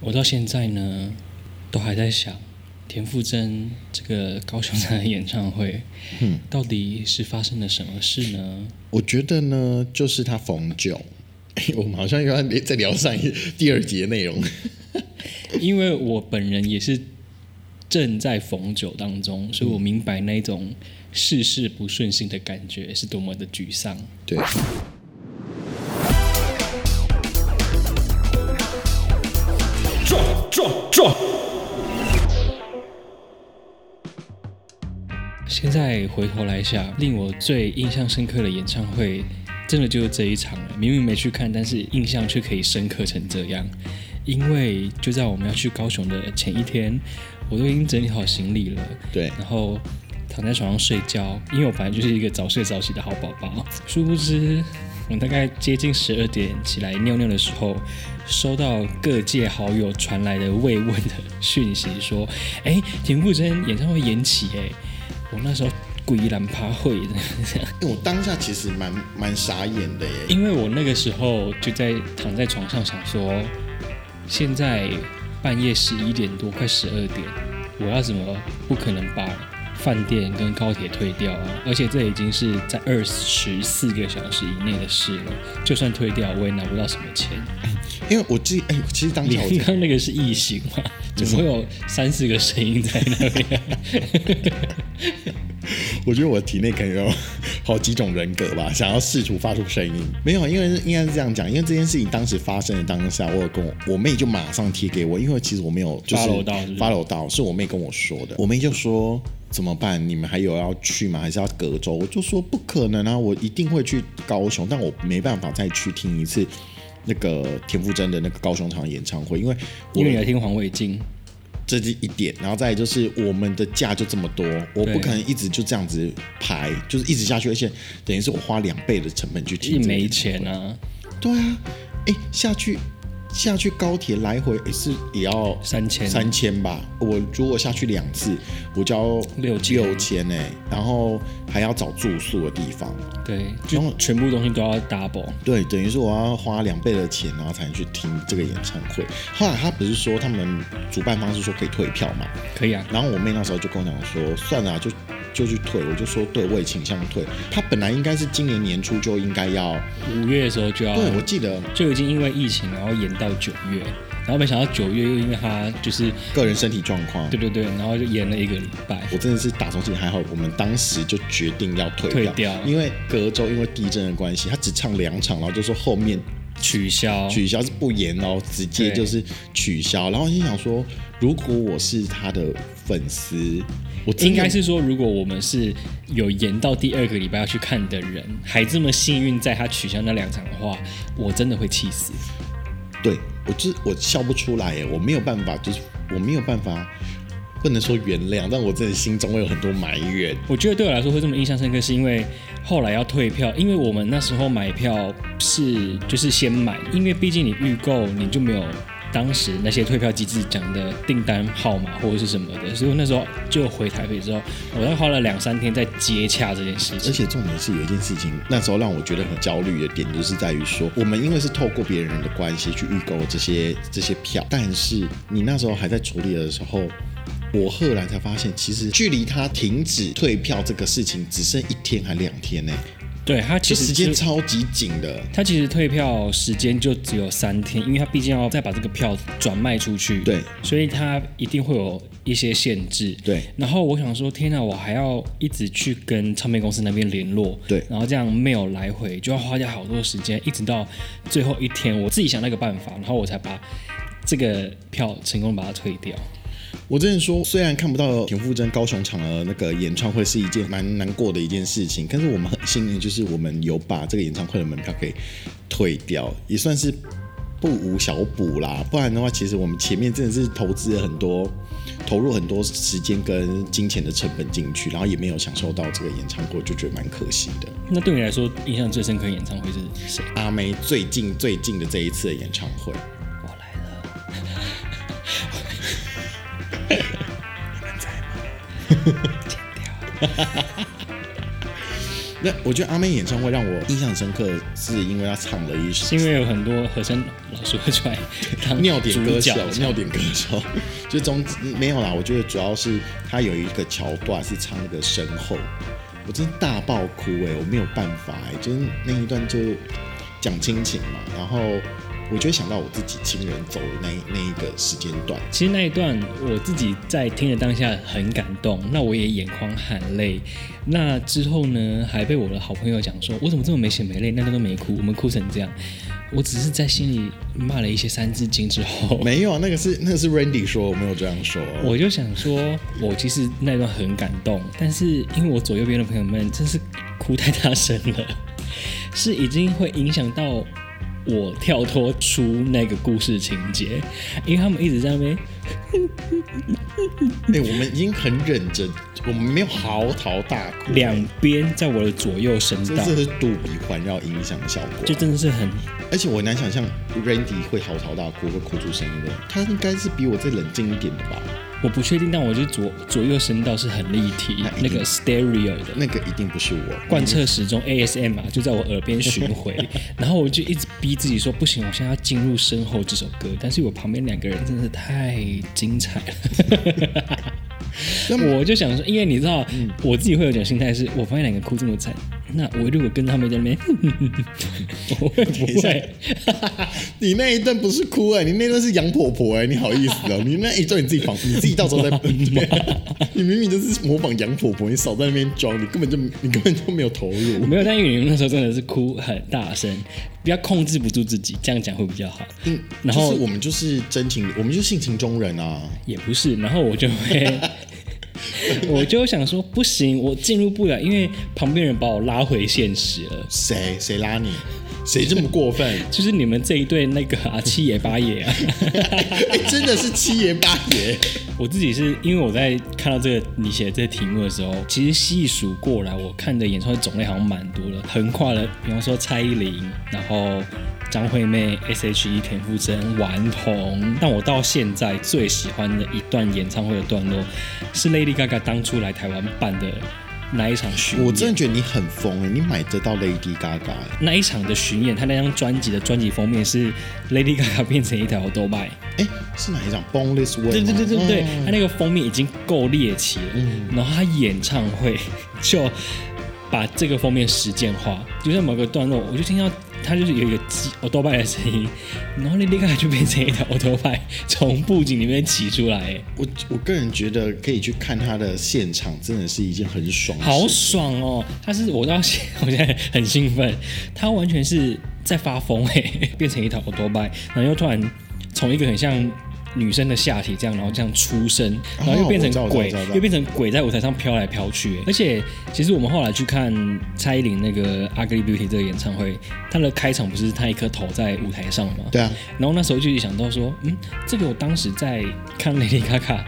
我到现在呢，都还在想田馥甄这个高雄站的演唱会，嗯，到底是发生了什么事呢？我觉得呢，就是他逢九， 哎我们好像又要再聊上一第二节内容。 因为我本人也是正在逢九当中，所以我明白那种事事不顺心的感觉是多么的沮丧。对，撞撞撞！现在回头来想，令我最印象深刻的演唱会，真的就是这一场了。明明没去看，但是印象却可以深刻成这样。因为就在我们要去高雄的前一天，我都已经整理好行李了。对然后躺在床上睡觉，因为我本来就是一个早睡早起的好宝宝。殊不知，我大概接近十二点起来尿尿的时候，收到各界好友传来的慰问的讯息，说：“哎，田馥甄演唱会延期哎！”我那时候故意懒趴会的，因为我当下其实蛮蛮傻眼的耶。因为我那个时候就在躺在床上想说，现在半夜十一点多，快十二点，我要怎么不可能把饭店跟高铁退掉啊？而且这已经是在二十四个小时以内的事了，就算退掉，我也拿不到什么钱。因为我自己，哎、其实当你下我刚刚那个是异形嘛？怎么会有三四个声音在那边？啊我觉得我体内可能有好几种人格吧，想要试图发出声音。没有，因为应该是这样讲，因为这件事情当时发生的当下，我有跟我我妹就马上贴给我，因为其实我没有就是 follow 到是不是 follow 到，是我妹跟我说的。我妹就说怎么办？你们还有要去吗？还是要隔周？我就说不可能啊，我一定会去高雄，但我没办法再去听一次。那个田馥甄的那个高雄场演唱会，因为我因为你要听黄伟晋，这是一点，然后再来就是我们的假就这么多，我不可能一直就这样子排，就是一直下去，而且等于是我花两倍的成本去一听这个没演唱会钱。啊，对啊，哎，下去下去高铁来回也是也要三千三千吧。我如果下去两次，我就要六千六千哎、然后还要找住宿的地方。对，然就后全部东西都要 double。对，等于是我要花两倍的钱，然后才能去听这个演唱会。后来他不是说他们主办方是说可以退票嘛？可以啊，然后我妹那时候就跟我讲说，算了啊、就就去退。我就说，对，我也倾向退。她本来应该是今年年初就应该要，五月的时候就要，对我记得就已经因为疫情，然后延到九月，然后没想到九月又因为他就是，个人身体状况，对对对，然后就延了一个礼拜。我真的是打从心里还好，我们当时就决定要退退掉，掉因为隔周因为地震的关系，他只唱两场，然后就说后面取消，取消是不严哦，直接对就是取消。然后我心想说，如果我是他的粉丝，我真的应该是说，如果我们是有延到第二个礼拜要去看的人，还这么幸运，在他取消那两场的话，我真的会气死。对我就是我笑不出来耶，我没有办法，就是我没有办法，不能说原谅，但我真的心中会有很多埋怨。我觉得对我啊来说会这么印象深刻，是因为后来要退票，因为我们那时候买票是就是先买，因为毕竟你预购你就没有当时那些退票机制讲的订单号码或者是什么的，所以我那时候就回台北之后，我大概花了两三天在接洽这件事而情。且重点是有一件事情，那时候让我觉得很焦虑的点，就是在于说，我们因为是透过别人的关系去预购这些这些票，但是你那时候还在处理的时候，我后来才发现，其实距离他停止退票这个事情只剩一天还两天呢，对他其这实时间就超级紧的。他其实退票时间就只有三天，因为他毕竟要再把这个票转卖出去，对，所以他一定会有一些限制，对然后我想说，天哪，我还要一直去跟唱片公司那边联络，对然后这样 mail 来回就要花掉好多时间，一直到最后一天，我自己想那个办法，然后我才把这个票成功把它退掉。我真的说，虽然看不到田馥甄高雄场的那个演唱会是一件蛮难过的一件事情，但是我们很幸运，就是我们有把这个演唱会的门票给退掉，也算是不无小补啦。不然的话，其实我们前面真的是投资了很多，投入很多时间跟金钱的成本进去，然后也没有享受到这个演唱会，就觉得蛮可惜的。那对你来说，印象最深刻的演唱会是谁？阿妹最近最近的这一次的演唱会，我来了。 你们在吗？剪掉。那我觉得阿妹演唱会让我印象深刻，是因为她唱了一首是因为有很多和声老师会出来当 尿点歌主手角，这尿样点歌手， 就中没有啦。我觉得主要是他有一个桥段是唱那个身后，我真的大爆哭哎、我没有办法哎、就是那一段就讲亲情嘛，然后我就会想到我自己亲人走的那一那一个时间段，其实那一段我自己在听的当下很感动，那我也眼眶含泪。那之后呢，还被我的好朋友讲说，我怎么这么没血没泪，那个都没哭，我们哭成这样。我只是在心里骂了一些《三字经》之后， 没有啊，那个是那个是 Randy 说，我没有这样说。我就想说，我其实那段很感动，但是因为我左右边的朋友们真是哭太大声了，是已经会影响到我跳脱出那个故事情节，因为他们一直在那边。哎、我们已经很认真，我们没有嚎啕大哭、两边在我的左右声这道，这是杜比环绕音响效果，这真的是很而且我很难想象 Randy 会嚎啕大哭，会哭出声音的。他应该是比我再冷静一点的吧？我不确定，但我觉得左左右声道是很立 体那，一那定个 stereo 的。那个一定不是我。贯彻始终 ASM 啊，就在我耳边巡 回，然后我就一直逼自己说不行，我现在要进入身后这首歌。但是我旁边两个人真的是太精彩了，我就想说，因为你知道，嗯我自己会有一种心态是，我发现两个哭这么惨，那我如果跟他们在那边， 我会不哦一下会？ 你那一段不是哭哎、你那段是杨婆婆哎、你好意思哦、 你那一段你自己仿，你自己到时候再 你明明就是模仿杨婆婆，你少在那边装，你根本就你根本就没有投入。没有，但因为你们那时候真的是哭很大声，不要控制不住自己，这样讲会比较好。嗯，然后、就是我们就是真情，我们就是性情中人啊。也不是，然后我就 会，我就想说不行，我进入不了，因为旁边人把我拉回现实了。谁谁拉你？谁这么过分？ 就是你们这一对那个啊七爷八爷啊，哎、真的是七爷八爷。我自己是因为我在看到这个你写的这个题目的时候，其实细数过来，我看的演唱会种类好像蛮多的，横跨了，比方说蔡依林，然后张惠妹、S.H.E、田馥甄、顽童。但我到现在最喜欢的一段演唱会的段落，是 Lady Gaga 当初来台湾办的那一场巡演。我真的觉得你很疯哎、你买得到 Lady Gaga 哎、那一场的巡演，她那张专辑的专辑封面是 Lady Gaga 变成一条豆瓣。哎、是哪一张？Boneless Way 吗。对对对对对，嗯他那个封面已经够猎奇了，然后他演唱会就把这个封面实践化，就像某个段落，我就听到他就是有一个鸡欧多拜的声音，然后那 a g a 就变 成一条欧多拜从布景里面骑出来，哎我我个人觉得可以去看他的现场，真的是一件很爽的事。好爽哦！他是我到现 我现在很兴奋，他完全是在发疯哎， 变成一条欧多拜，然后又突然从一个很像。女生的下体这样，然后这样出声，然后又变成我知道哦我鬼知道我知道我知，道又变成鬼在舞台上飘来飘去。哎而且，其实我们后来去看蔡依林那个《Ugly Beauty》这个演唱会，她的开场不是她一颗头在舞台上吗？对啊，然后那时候就想到说，嗯，这个我当时在看 Lady Gaga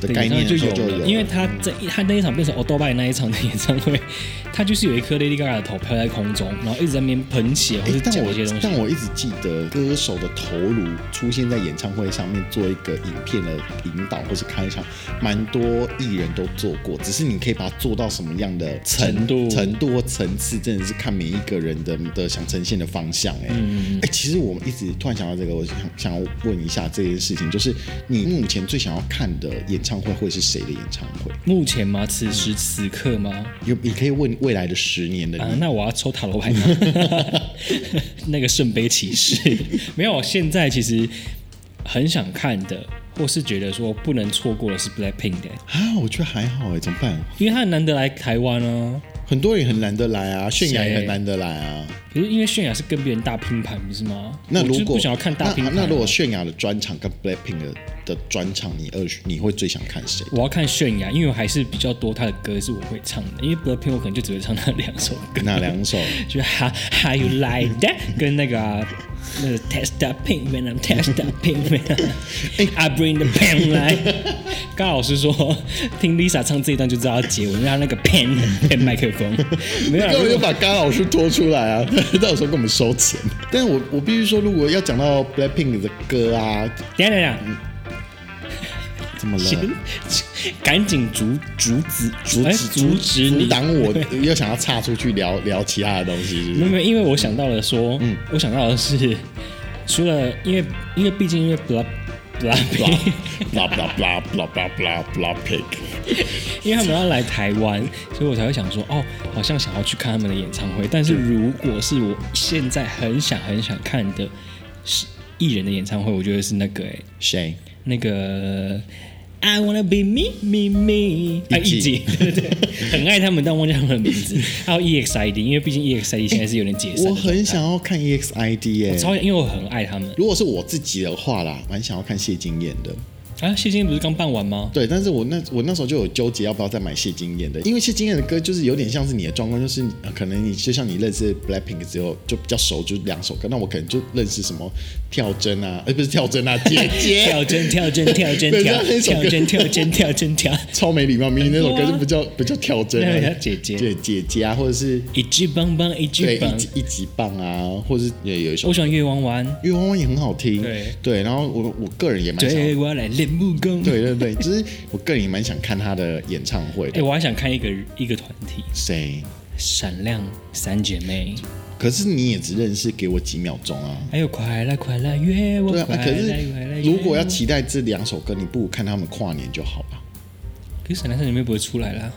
的概念演唱会就的时候就有有了，了因为他这一他那一场变成 o d o b a 那一场的演唱会，他就是有一颗 Lady Gaga 的头飘在空中，然后一直在那边喷血或哎、者但讲一些我东西但。我一直记得歌手的头颅出现在演唱会上面做一个影片的引导或是开场，蛮多艺人都做过，只是你可以把它做到什么样的程度程度或层次，真的是看每一个人的的想呈现的方向、哎、嗯哎、其实我们一直突然想到这个，我想想要问一下这件事情，就是你目前最想要看的演唱会会是谁的演唱会？目前吗？此时此刻吗？有，你可以问未来的十年的啊你，，那我要抽塔罗牌吗？ 那个圣杯骑士 没有。现在其实很想看的，或是觉得说不能错过的是 Blackpink 的，啊，我觉得还好哎，怎么办？因为他很难得来台湾啊。很多人也很难得来啊，泫雅也谁很难得来啊。可是因为泫雅是跟别人大拼盘，不是吗？那我就如是果不想要看大拼那盘啊、那如果泫雅的专场跟 Blackpink 的的专场，你二选你会最想看谁？我要看泫雅，因为我还是比较多她的歌是我会唱的，因为 Blackpink 我可能就只会唱那两首歌，哪两首？就是 How How You Like That 跟那个、啊、那个 Test the Pink Man I'm Test the Pink Man，I 哎 Bring the Pain 来。刚好老师说，听 Lisa 唱这一段就知道要结尾，因为她那个 Pen Pen 麦克风没有啦根本如果就把干老师拖出来啊！到时候跟我们收钱。但是我我必须说，如果要讲到 Blackpink 的歌啊，等一下等一下，怎么先了？赶紧阻阻止阻哎止阻止阻你。挡我，又想要岔出去聊聊其他的东西，是没有不是？没有，因为我想到了说，嗯我想到的是，除了因为因为毕竟因为 blah blah， blah blah blah blah blah blah blah pig， 因为他们要来台湾，所以我才会想说，哦，好像想要去看他们的演唱会。但是如果是我现在很想很想看的是艺人的演唱会，我觉得是那个哎、谁？那个 I wanna be me me me 啊，一一季季，对对，很爱他们，但忘记他们的名字。还有 E EXID，因为毕竟 EXID 现在是有点解散的我状态、很想要看 EXID 耶、超想，因为我很爱他们如果是我自己的话啦，蛮想要看谢金燕的。啊。谢金燕不是刚办完吗？对，但是我那我那时候就有纠结要不要再买谢金燕的，因为谢金燕的歌就是有点像是你的状况，就是呃可能你就像你认识 Blackpink 之后就比较熟，就是两首歌，那我可能就认识什么跳针啊，呃不是跳 针啊，姐姐，跳针跳针跳 针对跳这样一首跳歌针跳针跳针跳，超没礼貌，明明那首很歌多啊就不叫不叫跳针那啊个叫，姐姐对姐姐啊，或者是一支棒棒一支对棒一。级一级棒啊，或者是也有一首我喜欢月弯弯，因为汪汪也很好听，对然后我我个人也蛮想要对我要来练武功。对对对，就是我个人也蛮想看他的演唱会哎，的。我还想看一个一个团体，谁？闪亮三姐妹，可是你也只认识给我几秒钟啊。还有快来快来约我对啊，快来啊可快来约是如果要我期待这两首歌，你不如看他们跨年就好了。可是闪亮三姐妹不会出来啦，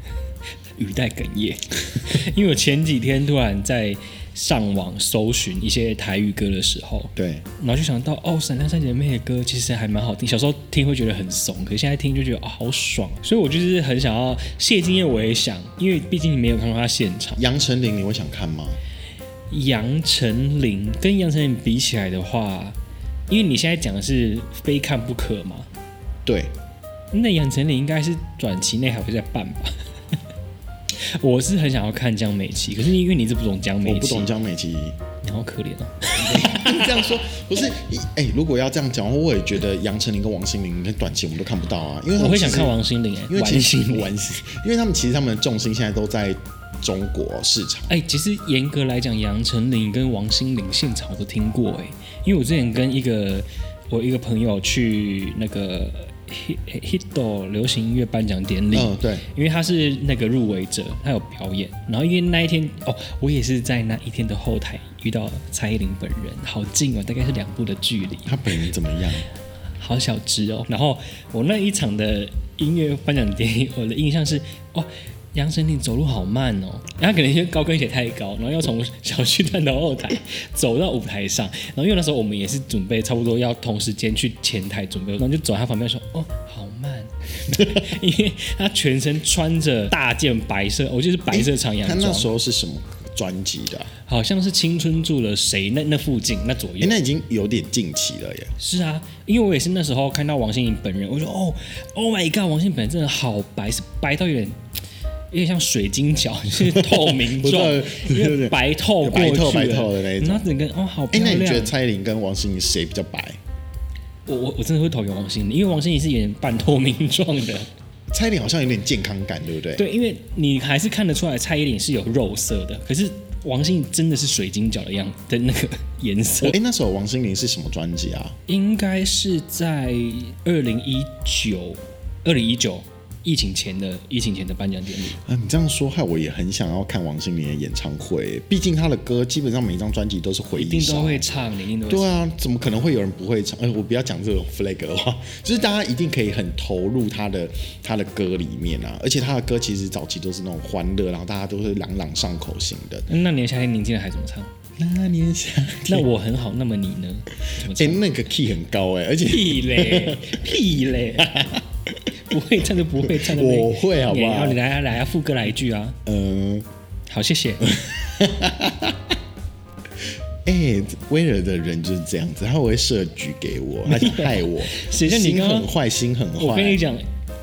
语带哽咽。 因为我前几天突然在上网搜寻一些台语歌的时候，对，然后就想到哦，闪亮三姐妹的歌其实还蛮好听，小时候听会觉得很怂，可是现在听就觉得哦好爽，所以我就是很想要谢金燕，我也想，因为毕竟没有看过她现场。杨丞琳你会想看吗？杨丞琳跟杨丞琳比起来的话，因为你现在讲的是非看不可嘛，对，那杨丞琳应该是短期内还会再办吧。 我是很想要看江美琪，可是因为你是不懂江美我琪，不懂，江美琪。 你好可怜哦。这样说不是？哎、如果要这样讲，我也觉得杨丞琳跟王心凌跟短期我们都看不到啊，因为他我们会其想实看王心凌、欸，因为王其心实凌，玩， 因为他们其实他们的重心现在都在中国市场。哎、其实严格来讲，杨丞琳跟王心凌现场我都听过哎、因为我之前跟一个我一个朋友去那个 Hit Hito 流行音乐颁奖典礼，嗯，对，因为他是那个入围者，他有表演，然后因为那一天哦，我也是在那一天的后台遇到蔡依林本人，好近哦，大概是两步的距离，他本人怎么样？好小只哦。然后我那一场的音乐颁奖典礼，我的印象是哦。杨丞琳走路好慢哦，然后可能因为高跟鞋太高，然后要从小区站到后台走到舞台上，然后因为那时候我们也是准备差不多要同时间去前台准备，然后就走到他旁边说：“哦，好慢。” 因为他全身穿着大件白色，我、哦、就是白色长洋他那装，时候是什么专辑的啊、好像是青春住了谁那那附近那左哎、右。那已经有点近期了耶。是啊，因为我也是那时候看到王心凌本人，我就说哦，Oh my god，王心凌本人真的好白，是白到有点有点像水晶饺，就是透明 不状对，因对对对为白透过去白透了白透的那一种然后整个哦好哎、漂那亮。你觉得蔡依林跟王心凌谁比较白？我我我真的会投给王心凌，因为王心凌是有点半透明状的。 蔡依林好像有点健康感，对不对？，对，因为你还是看得出来蔡依林是有肉色的，可是王心凌真的是水晶饺的样子的那个颜色我哎、。那时候王心凌是什么专辑啊？应该是在二零一九、二零一九疫情前的疫情前的颁奖典礼。啊，你这样说害我也很想要看王心凌的演唱会，毕竟她的歌基本上每一张专辑都是回一忆定杀都。会唱，你一定都会唱。对啊，怎么可能会有人不会唱？哎、我不要讲这种 flag 的话， 就是大家一定可以很投入她的她的歌里面啊，而且她的歌其实早期都是那种欢乐，然后大家都是朗朗上口型的。那年夏天宁静的海怎么 唱？那年夏 那天，我很好，那么你 呢？怎么哎、唱？那个 key 很高哎、而且屁嘞，屁嘞， 不会唱就不会唱。我会好不好然后你来啊来啊，副歌来一句啊。嗯，好，谢 谢。哎、威尔的人就是这样子，他会设局给我，他想害我， 谁叫你心刚刚很坏，心很坏。我跟你讲，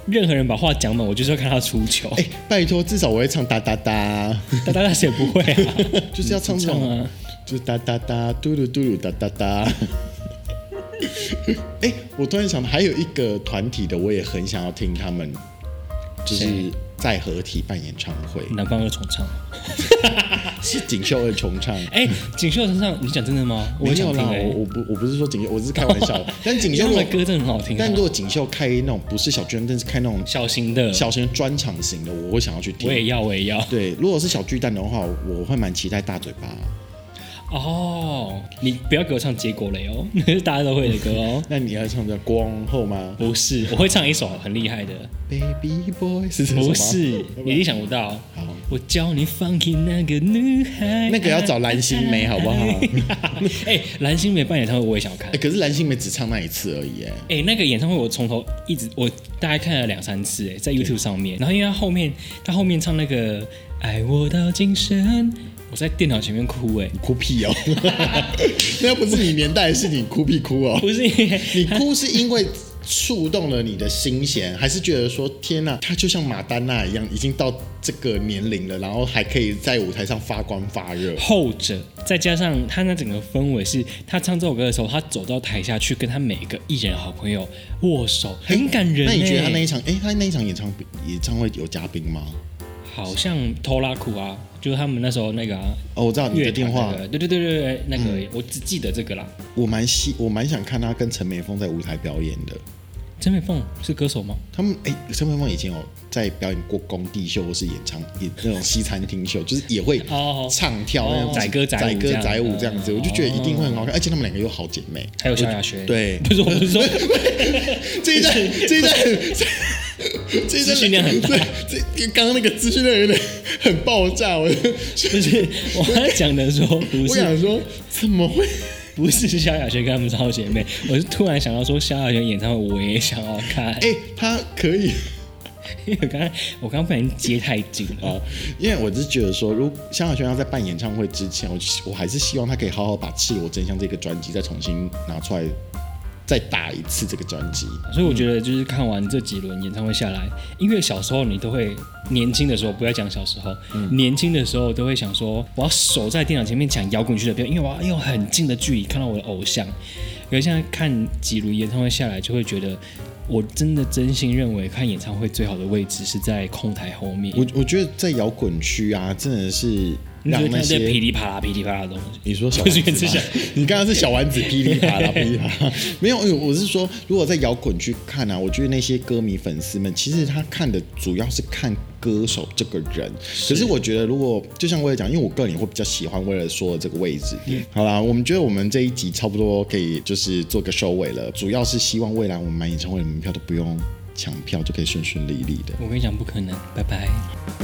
任何人把话讲满，我就是要看他出糗。哎、拜托，至少我会唱哒哒哒， 大家谁不会啊？ 就是要唱这种，唱啊就是哒哒哒，嘟噜嘟噜哒哒哒。 哎、我突然想，还有一个团体的，我也很想要听他们，就是谁再合体办演唱会，南方二重唱。是锦绣二重唱。哎、锦绣身上，你讲真的吗？ 我没想有听、啦，哎我我不我不是说锦绣，我只是开玩 笑的。但锦因绣为他如果们的歌真的很好听啊但如果锦绣开那种不是小巨蛋，但是开那种小型的，小型专场型的，我会想要去听。我也要，我也要。对，如果是小巨蛋的话，我会蛮期待大嘴巴。哦，你不要给我唱《结果嘞》哦， 那是大家都会的歌 哦。那你要唱的光后吗不是，我会唱一首很厉害的， ？Baby boy 是什么？不 是，你一定想不到。好，我叫你放弃那个女孩，那个要找蓝心湄好不 好？ 哎、蓝心湄办演唱会我也想看哎、。可是蓝心湄只唱那一次而已，哎，哎、那个演唱会我从头一直我大概看了两三次，哎，在 YouTube 上面。然后因为他后面他后面唱那个爱我到今生，我在电脑前面哭，哎，你哭屁哦！ 那又不是你年代的事情，你哭屁哭哦！不是因为你哭是因为触动了你的心弦，还是觉得说天呐，他就像马丹娜一样，已经到这个年龄了，然后还可以在舞台上发光发热？后者，再加上他那整个氛围是，他唱这首歌的时候，他走到台下去跟他每一个艺人好朋友握手，很感人、欸。那你觉得他那一场，哎、他那一场演唱演唱会有嘉宾吗？好像偷拉苦啊，就是他们那时候那个、啊、哦，我知道你乐的团电话嗯那，个对对对对对，那个、我只记得这个啦。我蛮希，我蛮想看他跟陈美凤在舞台表演的。陈美凤是歌手吗？他们哎，陈美凤以前有在表演过工地秀或是演唱演那种西餐厅秀，就是也会哦唱跳那哦种载歌载舞载歌这样哦载舞这样子，我就觉得一定会很好看，而且他们两个又好姐妹。还有萧亚轩。对不是我不是说 这一代这一代这一代资讯量很大对，这刚刚那个资讯量有点很爆炸，我不是，我要讲的说不 我是想说怎么会？不是萧亚轩跟他们是好姐妹，我是突然想到说萧亚轩演唱会我也想要看， 哎，他可以。 因为我刚才我刚刚不小心接太紧了。啊，因为我是觉得说，如果萧亚轩要在办演唱会之前，我我还是希望他可以好好把《赤裸真相》这个专辑再重新拿出来，再打一次这个专辑。所以我觉得，就是看完这几轮演唱会下来，因为小时候你都会年轻的时候，不要讲小时候，嗯年轻的时候都会想说，我要守在电脑前面抢摇滚区的票，因为我要用很近的距离看到我的偶像。可是现在看几轮演唱会下来，就会觉得，我真的真心认为看演唱会最好的位置是在控台后面，我我觉得在摇滚区啊，真的是你就让会那看这些噼里啪啦、噼里啪啦的东西。你说小不丸是子原子吗小？ 你刚刚是小丸子噼里 啪啦噼里啪啦，没有，因为我是说，如果在摇滚去看啊，我觉得那些歌迷粉丝们，其实他看的主要是看歌手这个人。可是我觉得，如果就像我也讲，因为我个人也会比较喜欢为了说的这个位置。好啦，我们觉得我们这一集差不多可以就是做个收尾了，主要是希望未来我们买演唱会的门票都不用抢票，就可以顺顺利利的。我跟你讲，不可能，拜拜。